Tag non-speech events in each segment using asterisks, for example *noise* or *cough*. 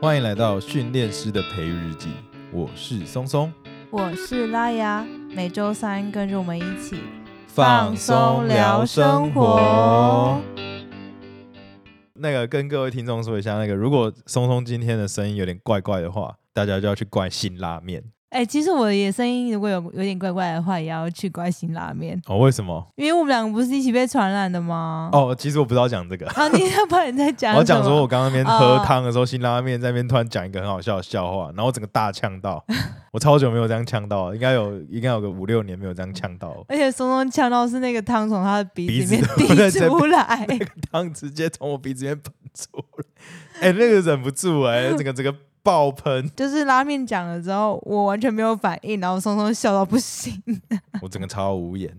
欢迎来到训练师的培育日记，我是松松，我是拉雅，每周三跟着我们一起。那个跟各位听众说一下，那个如果松松今天的声音有点怪怪的话，大家就要去怪辛拉面哎、其实我也声音如果有有点怪怪的话，也要去怪辛拉面，哦。为什么？因为我们两个不是一起被传染的吗？哦，其实我不知道讲这个，啊，你要不然你在讲什我么？讲说我刚刚那边喝哦汤的时候，辛拉面在那边突然讲一个很好笑的笑话，然后我整个大呛 *laughs* 到，我超久没有这样呛到了，应该有应该有个五六年没有这样呛到了，而且松松呛到是那个汤从他的鼻鼻子子里面都在这滴边出来，汤直接从我鼻子里面喷出来， *laughs* 哎、那个忍不住 *laughs* 哎、整个整个爆喷，就是拉面讲了之后，我完全没有反应，然后松松笑到不行， *laughs* *laughs* 我整个超无 *laughs* 言。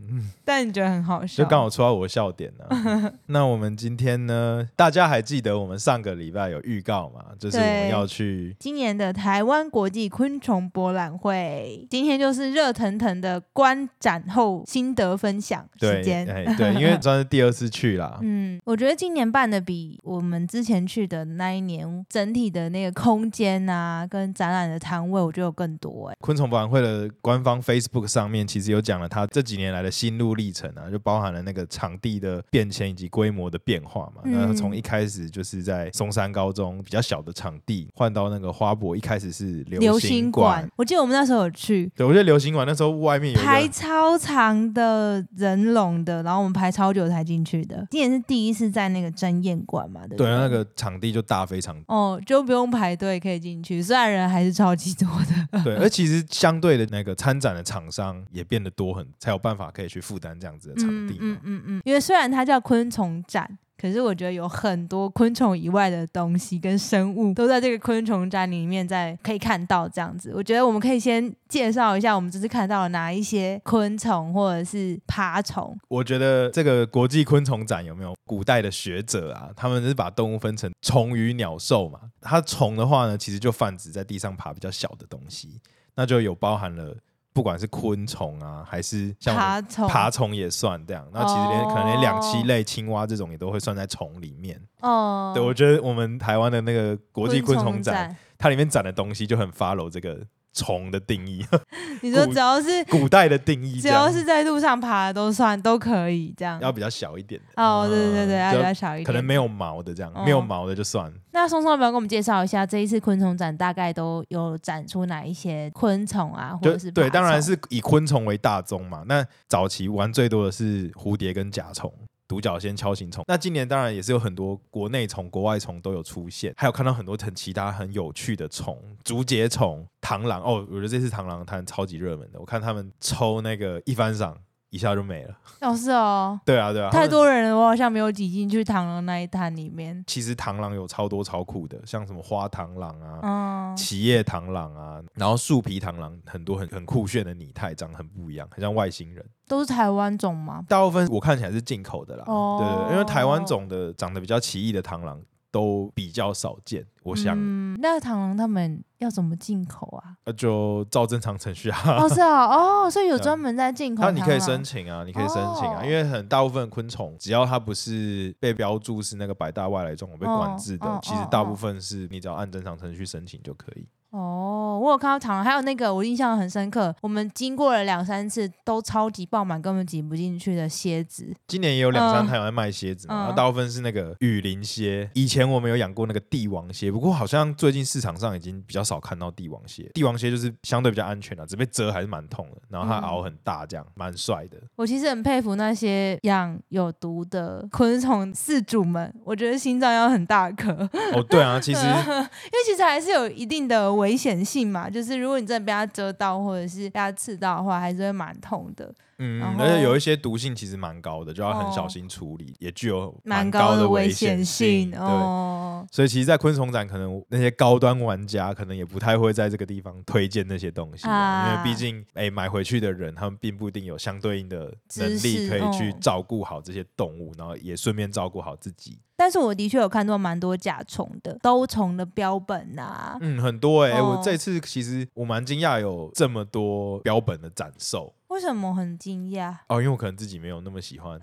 但你觉得很好笑，就刚好戳到我的笑点呢、那我们今天呢，大家还记得我们上个礼拜有预告嘛？就是我们对要去今年的台湾国际昆虫博览会，今天就是热腾腾的观展后心得分享对时，间。哎对，因为算是第二次去 *laughs* 啦。嗯，我觉得今年办的比我们之前去的那一年整体的那个空间啊，跟展览的摊位，我觉得有更多哎、昆虫博览会的官方 Facebook 上面其实有讲了他这几年来的心路历程啊，就包含了那个场地的变迁以及规模的变化嘛。嗯那从一开始就是在松山高中比较小的场地，换到那个花博，一开始是流行行馆。，我记得我们那时候有去。对，我觉得流行馆那时候外面有一个排超长的人龙的，然后我们排超久才进去的。今年是第一次在那个真宴馆嘛，对不对对？那个场地就大非 *laughs* 常哦，就不用排队可以进去，虽然人还是超级多的。对，而其实相对的那个参展的厂商也变得多很，才有办法可以去负担这样子的场地嘛。嗯嗯嗯，因为虽然它叫昆虫展，可是我觉得有很多昆虫以外的东西跟生物都在这个昆虫展里面在可以看到这样子。我觉得我们可以先介绍一下我们这次看到了哪一些昆虫或者是爬虫。我觉得这个国际昆虫展有没有古代的学者啊，他们是把动物分成虫与鸟兽嘛。它虫的话呢，其实就泛指在地上爬比较小的东西，那就有包含了不管是昆虫啊，还是像我们爬虫，哦爬虫也算这样。那其实连、可能连两栖类、青蛙这种也都会算在虫里面。哦，对，我觉得我们台湾的那个国际昆虫展，展，它里面展的东西就很 follow 这个虫的定义， *laughs* 你说古只要是古代的定义只这样，要是在路上爬的都算都可以这样。要比较小一点的哦，对对对，嗯要就比较小一点，可能没有毛的这样，哦没有毛的就算。那松松要不要跟我们介绍一下这一次昆虫展大概都有展出哪一些昆虫啊，或就者是对，爬当然虫是以昆虫为大宗嘛。那早期玩最多的是蝴蝶跟甲虫、独角仙、锹形虫。那今年当然也是有很多国内虫、国外虫都有出现，还有看到很多很其他很有趣的虫，竹节虫、螳螂。哦，我觉得这次螳螂摊超级热门的，我看他们抽那个一番赏，一下就没了。哦是哦，对啊，对啊，他太们多人了，我好像没有挤进去螳螂那一摊里面。其实螳螂有超多超酷的，像什么花螳螂啊、嗯，企业螳螂啊，然后树皮螳螂，很多很很酷炫的拟态，长得很不一样，很像外星人。都是台湾种吗？大部分我看起来是进口的啦，哦对对，因为台湾种的长得比较奇异的螳螂都比较少见，我想、嗯，那螳螂他们要怎么进口 *laughs* 啊？呃就照正常程序 *laughs* 啊。哦是哦，哦，所以有嗯专门在进口螳那螂。你可以申请啊，你可以申请啊，哦因为很大部分昆虫，只要它不是被标注是那个百大外来种被管制的，哦哦其实哦大部分是你只要按正常程序申请就可以。哦，我有看到螳螂，还有那个我印象很深刻，我们经过了两三次都超级爆满，根本挤不进去的蝎子。今年也有两三嗯台湾卖蝎子嘛，嗯然后大部分是那个雨林蝎。以前我们有养过那个帝王蝎，不过好像最近市场上已经比较少看到帝王蝎。帝王蝎就是相对比较安全啊啦，只被蛰还是蛮痛的，然后它嗯螯很大，这样蛮帅的。我其实很佩服那些养有毒的昆虫饲主们，我觉得心脏要很大颗，因哦，对 *laughs* 啊，其实嗯为其实还是有一定的危险性嘛。就是如果你真的被它蛰到，或者是被它刺到的话，还是会蛮痛的，嗯然，后哦而且有一些毒性其实蛮高的，就要很小心处理，也具有蛮高的危险性对。哦。所以其实，在昆虫展，可能那些高端玩家可能也不太会在这个地方推荐那些东西、啊，啊因为毕竟，哎、买回去的人他们并不一定有相对应的能知力识可以去嗯照顾好这些动物，然后也顺便照顾好自己。但是我的确有看到蛮多甲虫的，兜虫的标本啊，嗯，很多哎、诶哦我这次其实我蛮惊讶有这么多标本的展售。我为什么很惊讶？哦，因为我可能自己没有那么喜 *laughs* 欢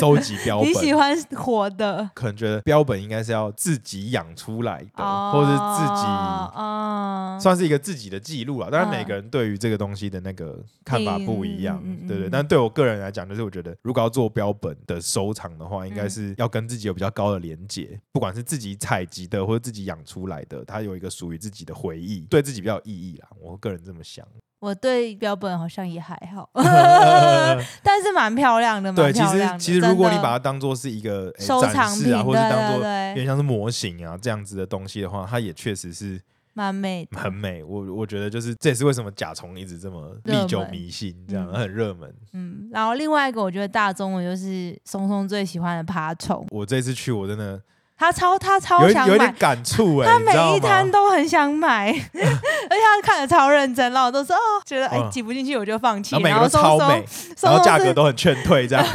收集标本，你喜欢活的可能觉得标本应该是要自己养出来的，哦，或是自哦己算是一个自己的记录啊。当然，嗯每个人对于这个东西的那个看法不一样，嗯嗯嗯对不对？嗯但对我个人来讲，就是我觉得如果要做标本的收藏的话，应该是嗯要跟自己有比较高的连结，不管是自己采集的或者自己养出来的，它有一个属于自己的回忆，对自己比较有意义啦。我个人这么 *laughs* 想。我对标本好像也还好，但是蛮漂亮的，对，蛮其漂实亮的。其实如果你真的把它当做是一个、诶收展藏示品，啊，或者对当做有对对，点像是模型啊这样子的东西的话，它也确实是蛮美的。很美。我我觉得就是这也是为什么甲虫一直这么历久弥新，这样嗯很热门。嗯，然后另外一个我觉得大宗的就是松松最喜欢的爬虫，我这次去，我真的他超他超有一想有一点买，感 *laughs* 触哎、他你知道每一摊吗？都很想买，而 *laughs* 且他看的超认真，然后我都说哦，觉得哎嗯挤不进去我就放弃，然后每然个后都松超松美，然松后价松格是都很劝退，这样 *laughs*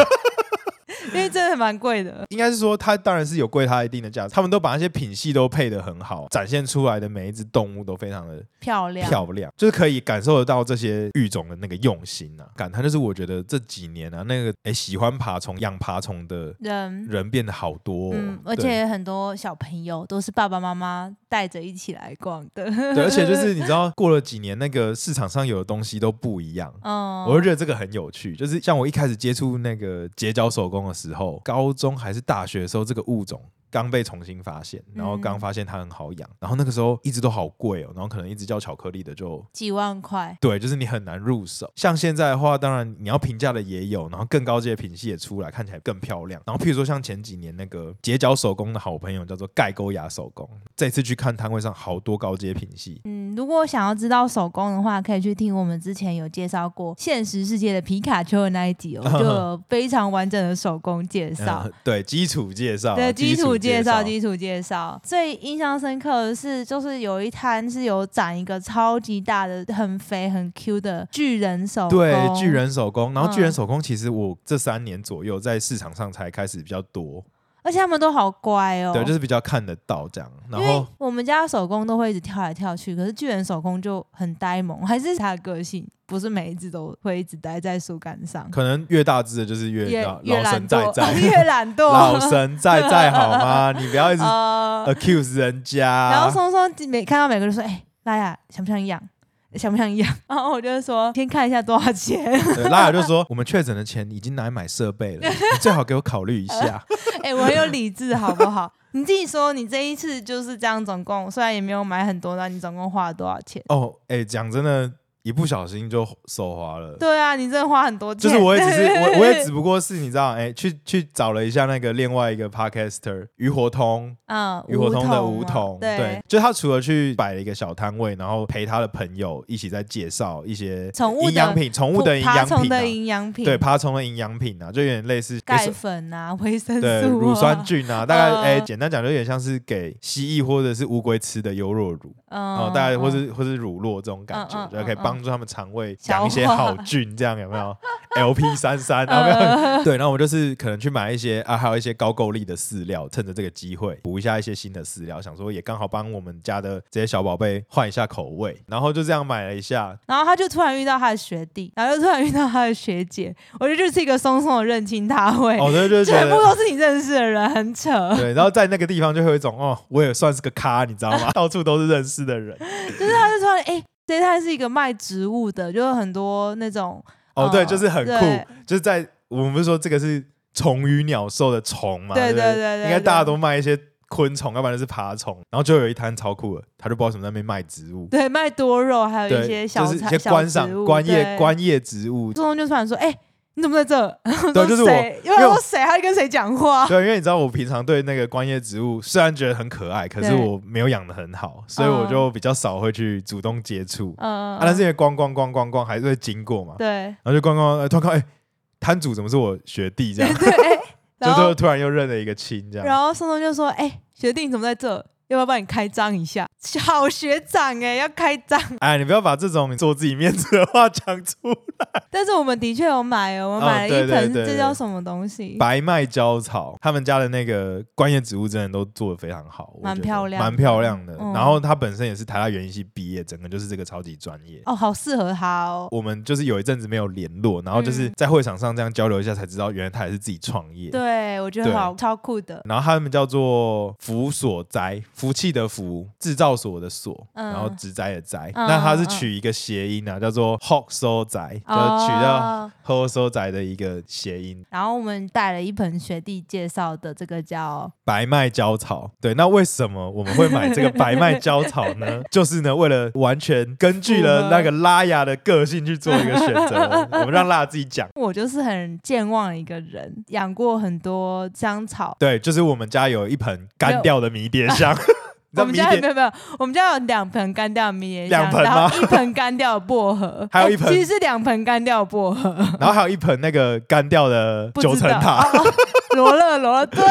因为真的蛮贵的，应该是说它当然是有贵它一定的价值，他们都把那些品系都配得很好，展现出来的每一只动物都非常的漂亮，漂亮，就是可以感受得到这些育种的那个用心啊。感叹就是我觉得这几年啊，那个诶喜欢爬虫、养爬虫的人人变得好多、哦，嗯，而对且很多小朋友都是爸爸妈妈带着一起来逛的，对，而且就是你知道，过了几年，那个市场上有的东西都不一样。嗯，我就觉得这个很有趣，就是像我一开始接触那个结角手工的时候，高中还是大学的时候，这个物种刚被重新发现，然后刚嗯发现它很好养，然后那个时候一直都好贵哦，然后可能一直叫巧克力的就几万块，对，就是你很难入手。像现在的话，当然你要平价的也有，然后更高阶的品系也出来，看起来更漂亮。然后譬如说像前几年那个结角手工的好朋友叫做盖沟牙手工，这次去看摊位上好多高阶品系。嗯，如果想要知道手工的话，可以去听我们之前有介绍过现实世界的皮卡丘的那一集哦， *laughs* 就有非常完整的手工介绍。嗯对，基础介绍， *laughs* 对，基础介哦介绍，基础介绍。最印象深刻的是，就是有一摊是有展一个超级大的、很肥、很 Q 的巨人手工。对巨。人手工，然后嗯巨人手工其实我这三年左右在市场上才开始比较多，而且他们都好乖哦。对，就是比较看得到这样。然因为后我们家的手工都会一直跳来跳去，可是巨人手工就很呆萌，还是他的个性，不是每一只都会一直待在树干上。可能越大只的就是越越老越老懒神惰，在在， *laughs* 越懒惰，老神在在好吗？你不要一直 *laughs* 呃， accuse 人家，然后松松每看到每个人说，哎、拉雅想不想养？想不想养？ *laughs* 然后我就说，先看一下多少钱。对拉雅就说我们确诊的钱已经拿来买设备了，你最好给我考虑一 *laughs* 下。 *laughs* 哎、我很有理智，好不好？ *laughs* 你自己说，你这一次就是这样，总共虽然也没有买很多，但你总共花了多少钱？哦，哎、讲真的，一不小心就手滑了。对啊，你真的花很多就钱。是我也只 *laughs* 是我我也只不过是你知道，哎、去去找了一下那个另外一个 podcaster 于活通。嗯，于活通的梧啊梧桐，对，就他除了去摆了一个小摊位，然后陪他的朋友一起在介绍一些宠物的营养品、宠物的营爬养虫品、的啊，营养品，对，爬虫的营养品啊，就有点类似钙粉啊，维生素、啊、对，乳酸菌啊，大概呃哎、简单讲就有点像是给蜥蜴或者是乌龟吃的优酪乳，嗯，哦、嗯，大概或是或是乳酪这种感嗯觉，嗯就可以嗯帮助他们肠胃消养一些化好菌，这样有没有 *laughs* ？LP 三三，然后没有 *laughs* 嗯对，然后我就是可能去买一些啊，还有一些高购力的饲料，趁着这个机会补一下一些新的饲料，想说也刚好帮我们家的这些小宝贝换一下口味，然后就这样买了一下，然后他就突然遇到他的学弟，然后又突然遇到他的学姐， *laughs* 我觉得就是一个松松的认亲大会，哦，对，就觉哎 *laughs* 全部得。都是你认识的人，很扯。 *laughs* 对，然后在那个地方就会有一种哦，我也算是个咖，你知道吗？ *laughs* 到处都是认识的人。就是他就突然哎。这一摊是一个卖植物的，就是很多那种哦，对，嗯就是很对酷，就是在我们不是说这个是虫与鸟兽的虫嘛？对对不对对对应该大家都卖一些昆虫，要不然就是爬虫，然后就有一摊超酷的，他就不知道什么在那边卖植物，对卖多肉，还有对，一些小就是一菜、些小观植赏物。观叶对，观叶植 *laughs* 物，松松就突然说：“哎、你怎么在这？” *laughs* 对，就是我。谁因为因为我说谁，他就跟谁讲话。 *laughs* 对，因为你知道我平常对那个观叶植物虽然觉得很可爱，可是对我没有养的很好，所以我嗯就比较少会去主动接触。 *laughs* 嗯，啊，但是因为逛逛逛逛逛还是会经过嘛，对然后就逛逛，呃突然看，哎，摊主怎么是我学弟这样？ *laughs* 对，哎 *laughs* 就然后就突然又认了一个亲这样。然后松松就说：“哎、学弟你怎么在这？要不要帮你开张一下？好学长哎、要开张。哎，你不要把这种做自己面子的话讲出嗯来。但是我们的确有买哦，我们哦买了对一对盆，对这对叫什么东西？白麦焦草，他们家的那个观叶植物真的都做的非常好，我蛮觉得漂亮的蛮漂亮的。嗯然然后他本身也是台大园艺系毕业，整个就是这个超级专业。哦，好适合他哦。我们就是有一阵子没有联络，然后就是嗯在会场上这样交流一下，才知道原来他也是自己创业。对，我觉得对好超酷的。然后他们叫做福所斋，福气的福，制造所的所，嗯然后植栽的栽。嗯那它是取一个谐音啊，叫做 hot so 宅，就取到哦 hot so 宅的一个谐音。然后我们带了一盆学弟介绍的这个叫白麦焦草，对，那为什么我们会买 *laughs* 这个白麦焦草呢？就是呢，为了完全根据符合了那个拉雅的个性去做一个选 *laughs* 择，哦我们让拉雅自己讲。我就是很健忘的一个人，养过很多香草。对，就是我们家有一盆干掉的迷迭香， *laughs* 你知我道们迷家没迭有没有，我们家有两盆干掉的迷迭香两，盆吗然后一盆干掉的薄荷， *laughs* 还有一哎盆其实是两盆干掉的薄荷。 *laughs* 然后还有一盆那个干掉的不九知层道塔。哦罗勒罗勒，对，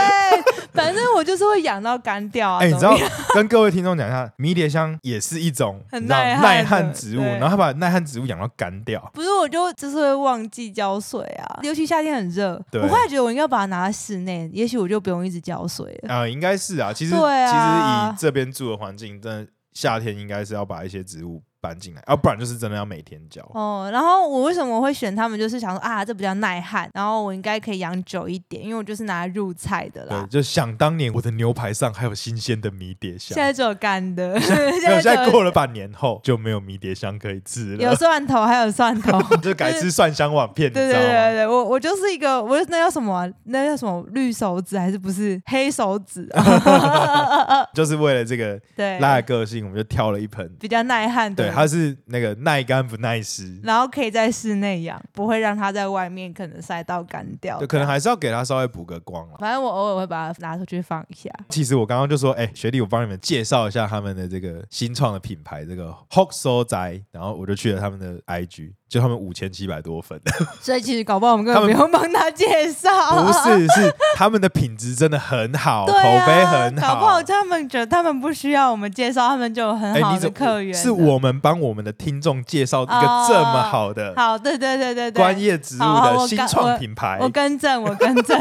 反正我就是会养到干掉啊。哎、你知怎么道样 *laughs* 跟各位听众讲一下，迷迭香也是一种很你知道耐旱耐的旱植物，对然后他把耐旱植物养到干掉。不是，我就就是会忘记浇水啊，尤其夏天很热，对我后来觉得我应该把它拿到室内，也许我就不用一直浇水了。啊、应该是啊，其实、对啊其实以这边住的环境，真的夏天应该是要把一些植物搬进来，要、啊不然就是真的要每天浇。哦，然后我为什么会选它们？就是想说啊，这比较耐旱，然后我应该可以养久一点，因为我就是拿来入菜的啦对，。就想当年我的牛排上还有新鲜的迷迭香现，在只有干的，*laughs* 现没有，现只在有过了半年后就没有迷迭香可以吃有了，蒜头，还有蒜头。 *laughs* 就改吃蒜香碗片，你对知对道对吗对？对，我我就是一个，我那叫什么啊、那叫什么绿手指还是不是黑手指、 *laughs* 啊？就是为了这个对，辣的个性，我们就挑了一盆。比较耐旱的，对，它是那个耐干不耐湿，然后可以在室内养，不会让它在外面可能晒到干掉。就可能还是要给它稍微补个光了。反正我偶尔会把它拿出去放一下。其实我刚刚就说，哎、学弟，我帮你们介绍一下他们的这个新创的品牌，这个 Hok So 宅，然后我就去了他们的 IG，就他们五千七百多 *laughs* 粉，所以其实搞不好我们根本不他们用帮他介绍，不 *laughs* 是，是他们的品质真的很好，对啊口碑很好，搞不好他们觉得他们不需要我们介绍，他们就有很好哎你的怎客源、是。我们帮我们的听众介绍一个这么好的啊好，对对对对对，观叶植物好好我的新改创品牌。我 *laughs* 更正，我更正。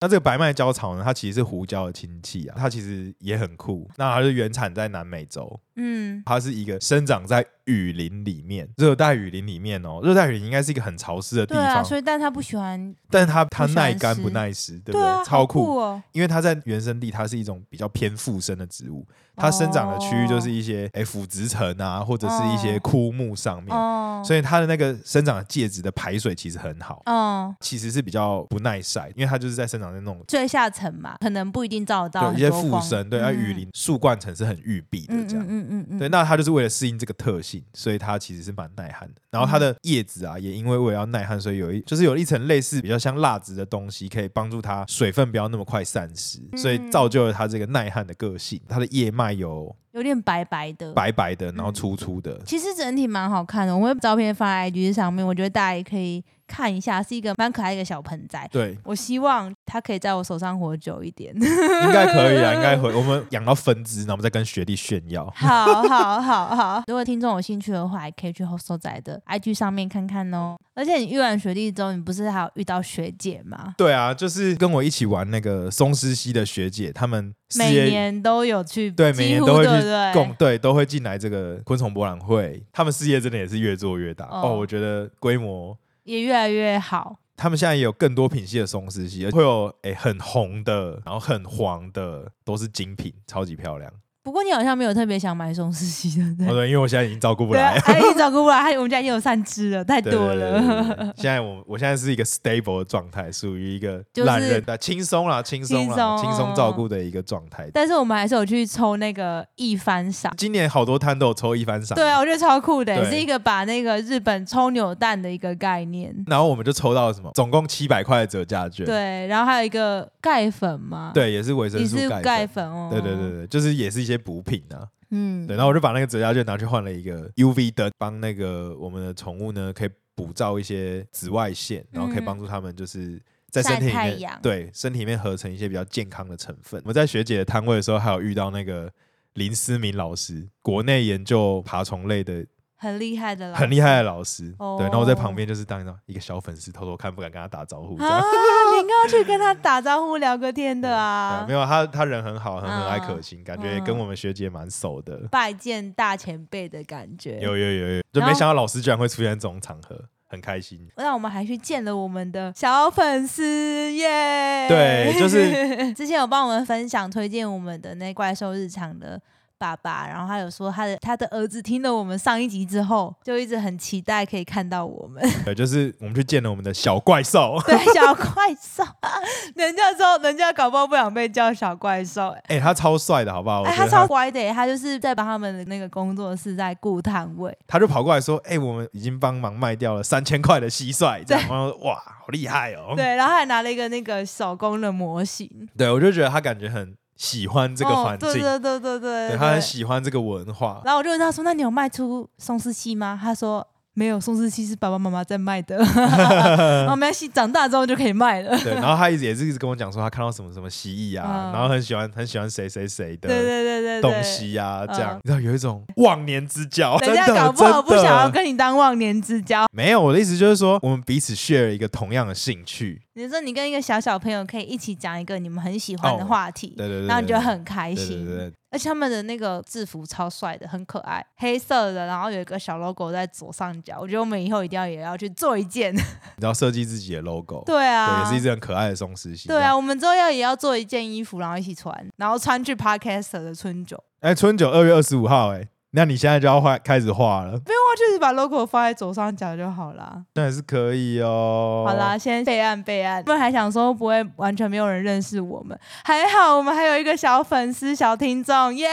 那这个白麦焦草呢，它其实是胡椒的亲戚啊，它其实也很酷。那它是原产在南美洲，嗯，它是一个生长在雨林里面，热带雨林里面哦，热带雨林应该是一个很潮湿的地对方，啊，所以但他不喜欢，但是它它不喜欢耐干湿不耐湿，对不对啊，超好酷哦。因为它在原生地，它是一种比较偏附生的植物，哦它生长的区域就是一些哎腐殖层啊，或者是一些哦枯木上面，哦，所以它的那个生长的介质的排水其实很好，哦，其实是比较不耐晒，因为它就是在生长在那种最下层嘛，可能不一定照得到有很一些多附光生，对，而雨林，树冠层是很育碧的嗯这嗯样。嗯嗯嗯，对，那它就是为了适应这个特性，所以它其实是蛮耐旱的。然后它的叶子啊，也因为为了要耐旱，所以有一就是有一层类似比较像蜡质的东西，可以帮助它水分不要那么快散失，所以造就了它这个耐旱的个性。它的叶脉有有点白白的。白白的，然后粗粗的，其实整体蛮好看的，我会把照片放在 IG 上面，我觉得大家也可以看一下，是一个蛮可爱的一个小盆栽。对，我希望它可以在我手上活久一点。 *laughs* 应该可以啊，应该会。我们养到分支，然后我们再跟学弟炫耀。好好好好，如果听众有兴趣的话，也可以去后手仔的 IG 上面看看哦。而且你遇完学弟之后，你不是还有遇到学姐吗？对啊，就是跟我一起玩那个松狮溪的学姐，他们事每业年都有去，对，几每年乎都会去对不对共对都会进来这个昆虫博览会，他们事业真的也是越做越大哦哦我觉得规模，也越来越好。他们现在也有更多品系的松狮系，会有诶很红的，然后很黄的，都是精品，超级漂亮。不过你好像没有特别想买松狮蜥，对哦不对？对，因为我现在已经照顾不对啊来，，哎，你找过来，我们家已经有三只了，太对啊多了。。对对对对对现在我我现在是一个 stable 的状态，属于一个就是懒人的轻松啦，轻松啦，轻松轻松照顾的一个状态。但是我们还是有去抽那个一番赏。今年好多摊都有抽一番赏，对啊，我觉得超酷的，对是一个把那个日本抽扭蛋的一个概念。然后我们就抽到什么，总共七百块的折价券，对，然后还有一个钙粉嘛，，对，也是维生也素是钙钙粉。粉哦。对对对，对，就是也是一些补品啊。嗯，对，然后我就把那个折价券拿去换了一个 UV 灯，帮那个我们的宠物呢可以补照一些紫外线，然后可以嗯帮助它们就是。在晒身体里太面阳，对身体里面合成一些比较健康的成分。我在学姐的摊位的时候，还有遇到那个林思明老师，国内研究爬虫类的很厉害的老师，很厉害的老师，哦对，然后我在旁边就是当一个小粉丝，偷偷看，不敢跟他打招呼， *laughs* 这啊样、！你应该要去跟他打招呼、聊个天的 *laughs* 对啊没。有他，他人很好，很嗯和蔼可亲，感觉嗯跟我们学姐蛮熟的。拜见大前辈的感觉。有有有有，就然没后想到老师居然会出现在这种场合，很开心。那我们还去见了我们的小粉丝耶！ *laughs* 对就是之前有帮我们分享推荐我们的那怪兽日常的爸爸，然后他有说他的他的儿子听了我们上一集之后，就一直很期待可以看到我们。 *laughs* 对，就是我们去见了我们的小怪兽， *laughs* 对，小怪兽， *laughs* 人家说人家搞不好不想被叫小怪兽、欸。哎、他超帅的，好不好？我哎，觉他得超乖的欸，他就是在帮他们的那个工作室在顾摊位，他就跑过来说：“哎、我们已经帮忙卖掉了三千块的蟋蟀。”这样，然后哇，好厉害哦！对，然后还拿了一个那个手工的模型，对，我就觉得他感觉很喜欢这个哦环境，对对对对对对他很喜欢这个文化。然后我就问他说：“那你有卖出松狮器吗？”他说：“没有，松狮器是爸爸妈妈在卖 *laughs* 的。”然后没关系，长大之后就可以卖了。对，然后他一直也是一直跟我讲说，他看到什么什么蜥蜴啊，嗯然后很喜欢很喜欢谁谁谁的对对对对对，东西啊，这样嗯，你知道有一种忘年之交，真人的家搞不好真不的想要跟你当忘年之交。没有，我的意思就是说，我们彼此 share 一个同样的兴趣，你说你跟一个小小朋友可以一起讲一个你们很喜欢的哦话题，对对对，然后你对就很开对心。对对对，而且他们的那个制服超帅的，很可爱，黑色的，然后有一个小 logo 在左上角。我觉得我们以后一定要也要去做一件。 *laughs* 你知道设计自己的 logo，对啊，对，也是一只很可爱的松狮蜥，对啊，，我们之后要也要做一件衣服，然后一起穿，然后穿去 Podcaster 的春酒。哎，春酒二月二十五号，哎，那你现在就要画开始画了，不用啊，就是把 logo 放在左上角就好啦。那也是可以哦。好啦，，先备案备案。不然还想说不会完全没有人认识我们，还好我们还有一个小粉丝、小听众耶。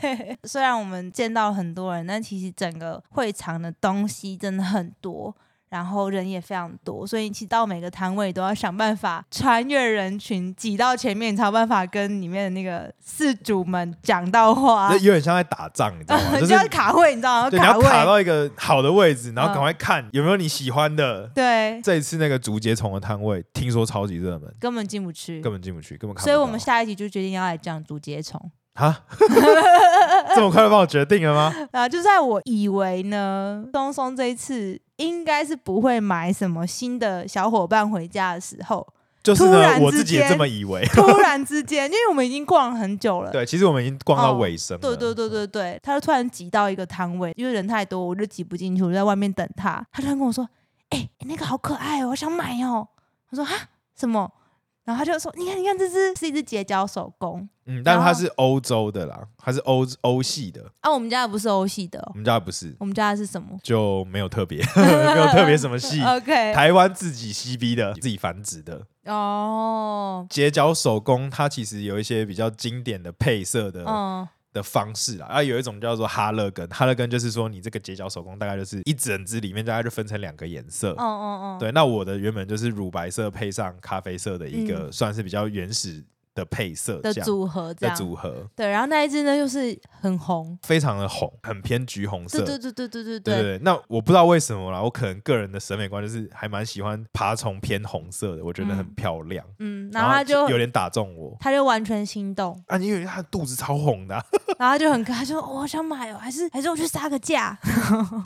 *laughs* 虽然我们见到很多人，但其实整个会场的东西真的很多。然后人也非常多，所以其实到每个摊位都要想办法穿越人群，挤到前面，你才有办法跟里面的那个事主们讲到话这。有点像在打仗，你知道 *laughs* 吗？啊就你就是要卡位，你知道吗？对，你要卡卡位，嗯到一个好的位置，然后赶快看有没有你喜欢的。对，这一次那个竹节虫的摊位，听说超级热门，根本进不去。根本进不去，根本看不嗯所以我们到下一集就决定要来讲竹节虫。啊， *laughs* 这么快就帮我决定了吗？啊，就在我以为呢，东松这一次应该是不会买什么新的小伙伴回家的时 *laughs* 候，就是突呢，然我之自己也这间么以为。突然之间，因为我们已经逛了很久了。对，其实我们已经逛到呃哦尾声了、对对对对对，他就突然挤到一个摊位，因为人太多，我就挤不进去，我就在外面等他。他突然跟我说：“哎、那个好可爱哦，我想买哦。”我说：“哈，什么？”然后他就说：“你看，你看，这只是一只结交手工嗯，但是它然后是欧洲的啦，它是欧欧系的，啊，我们家的不是欧系的、哦我，们家不是，我们家的是什么就没有 *laughs* 特别没有特别什么系。 ？OK，台湾自己 CB 的，自己繁殖的哦，结角手工，它其实有一些比较经典的配色的、嗯，的方式啦。啊，有一种叫做哈勒根，哈勒根就是说你这个结角手工大概就是一整只里面大概就分成两个颜色。嗯嗯嗯，对，那我的原本就是乳白色配上咖啡色的一个，算是比较原始的配色嗯的这样组合这的样，组合，对，然后那一只呢又是很红，非常的红，很偏橘红色。对对对对对对对对，对对，那我不知道为什么啦，我可能个人的审美观就是还蛮喜欢爬虫偏红色的，我觉得很嗯漂亮，嗯，然后他就有点打中我他就完全心动，啊，因为它的肚子超红的啊、 *laughs* 然后他就很开，他就说、哦我想买哦，还是还是我去杀个价， *laughs*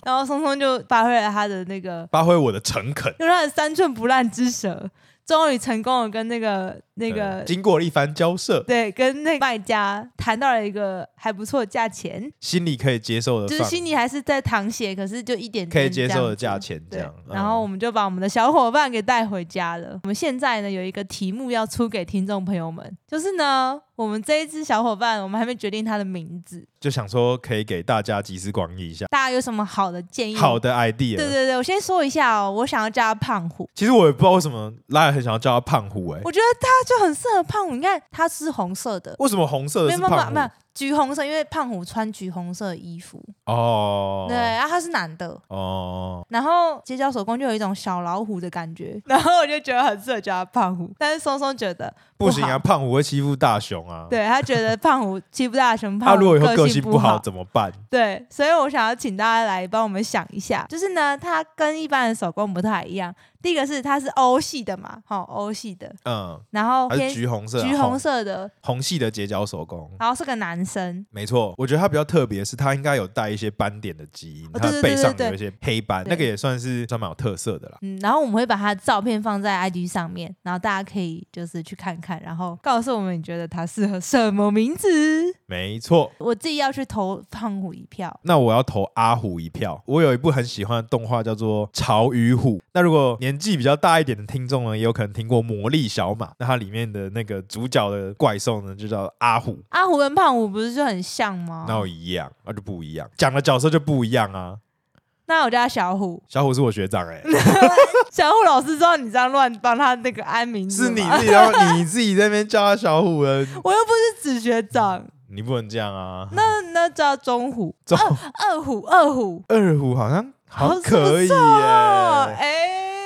然后松松就发挥了他的那个，发挥我的诚恳。用他的三寸不烂之舌，终于成功的跟那个那对个。嗯经过了一番交涉，对，跟那个卖家谈到了一个还不错的价钱，心里可以接受的就范围，是心里还是在淌血，可是就一点点可以接这样受的子价钱这对样。，然后我嗯们就把我们的小伙伴给带回家了。我们现在呢有一个题目要出给听众朋友们，就是呢，我们这一只小伙伴，我们还没决定它的名字，就想说可以给大家集思广益一下大家有什么好的建议？好，的 idea。对对对，我先说一下哦，我想要叫它胖虎，其实我也不知道为什么拉尔很想要叫他胖虎、欸，哎，我觉得它就很适合胖虎。你看它是红色的，为什么红色的没是有没有没胖有没有虎？橘红色，因为胖虎穿橘红色的衣服，哦，对，然后它是男的。哦，然后街角手工就有一种小老虎的感觉，然后我就觉得很适合叫它胖虎，但是松松觉得不行好啊，胖虎会欺负大雄啊。对他觉得胖虎欺负大熊，他胖如虎果以后个性不不好好，怎么办？对，所以我想要请大家来帮我们想一下，就是呢，它跟一般的手工不太一样，第一个是它是欧系的嘛，好、欧系的，嗯，然后它偏是橘红色啊，橘红色的，红系的结角手工，然后是个男生，没错，我觉得它比较特别，是它应该有带一些斑点的基因，哦它对对背对上对有一些黑斑，对那个也算是算蛮有特色的啦。嗯，然后我们会把他的照片放在 IG 上面，然后大家可以就是去看看，然后告诉我们你觉得他适合什么名字。没错，我自己要去投胖虎一票，那我要投阿虎一票。我有一部很喜欢的动画叫做《潮与虎》，那如果年纪比较大一点的听众呢，也有可能听过《魔力小马》，那它里面的那个主角的怪兽呢，就叫阿虎。阿虎跟胖虎不是就很像吗？那我一样，那就不一样，讲的角色就不一样啊。那我叫他小虎，小虎是我学长哎、小虎老师知道你这样乱帮他那个安名字是你吗自己要你自己在那边叫他小虎了，我又不是子学长，你不能这样啊。那那叫中虎、走，二虎、二虎，二虎好像好像好可以耶、哦，哎、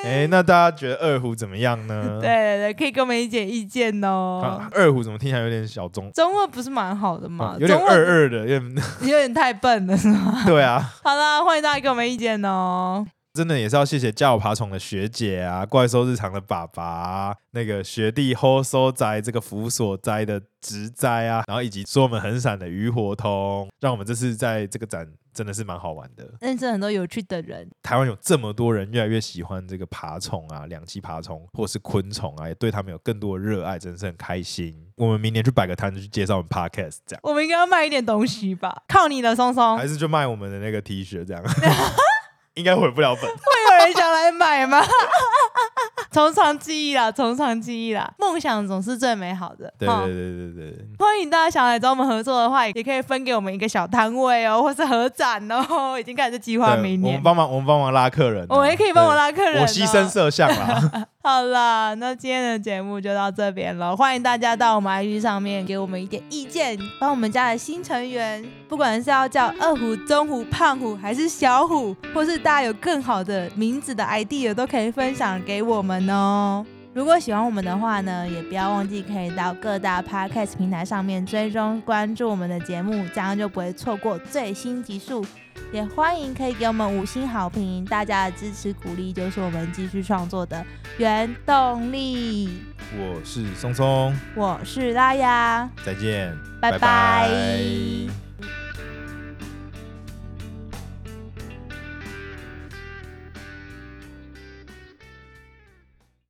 哎、那大家觉得二虎怎么样呢？对对对，可以给我们一点意见啊哦。二虎怎么听起来有点小中，中二不是蛮好的吗？啊有点中二二二的，有点有点太笨了，是吗？ *laughs* 对啊，好啦，欢迎大家给我们意见哦。真的也是要谢谢叫我爬虫的学姐啊，怪兽日常的爸爸啊、那个学弟 h 收斋这个辅所斋的植栽啊，然后以及说我们很闪的鱼活通，让我们这次在这个展真的是蛮好玩的。认识很多有趣的人，台湾有这么多人越来越喜欢这个爬虫啊，两栖爬虫或是昆虫啊，也对他们有更多的热爱，真是很开心。我们明年去摆个摊，去介绍我们 podcast 这样。我们应该要卖一点东西吧？靠你了，松松，还会是就卖我们的那个 T 恤这样，应该回不了本。有人想来买 *laughs* 吗？从长计议啦，从长计议啦，梦想总是最美好的。对哈对对对对，欢迎大家想来找我们合作的话，也可以分给我们一个小摊位哦，或是合展哦。已经开始计划对明我年们，帮忙，我们帮忙拉客人啊、我们也可以帮我拉客对。人、我哦牺牲。摄像啦， *laughs* 好啦，那今天的节目就到这边了。欢迎大家到我们 IG 上面给我们一点意见，帮我们家的新成员，不管是要叫二虎、中虎、胖虎，还是小虎，或是大家有更好的名字的 idea，都可以分享给我们哦。如果喜欢我们的话呢，也不要忘记可以到各大 podcast 平台上面追踪关注我们的节目，这样就不会错过最新集数。也欢迎可以给我们五星好评，大家的支持鼓励就是我们继续创作的原动力。我是松松，我是拉雅，再见，拜拜拜拜